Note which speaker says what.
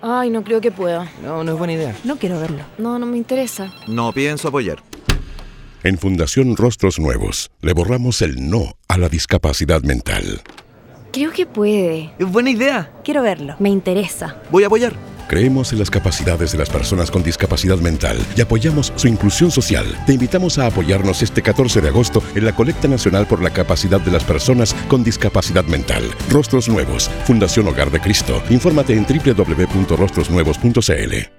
Speaker 1: Ay, no creo que pueda.
Speaker 2: No, no es buena idea.
Speaker 3: No quiero verlo.
Speaker 1: No, no me interesa.
Speaker 4: No pienso apoyar.
Speaker 5: En Fundación Rostros Nuevos le borramos el no a la discapacidad mental.
Speaker 1: Creo que puede.
Speaker 2: Es buena idea.
Speaker 3: Quiero verlo.
Speaker 1: Me interesa.
Speaker 4: Voy a apoyar.
Speaker 5: Creemos en las capacidades de las personas con discapacidad mental y apoyamos su inclusión social. Te invitamos a apoyarnos este 14 de agosto en la Colecta Nacional por la Capacidad de las Personas con Discapacidad Mental. Rostros Nuevos, Fundación Hogar de Cristo. Infórmate en www.rostrosnuevos.cl.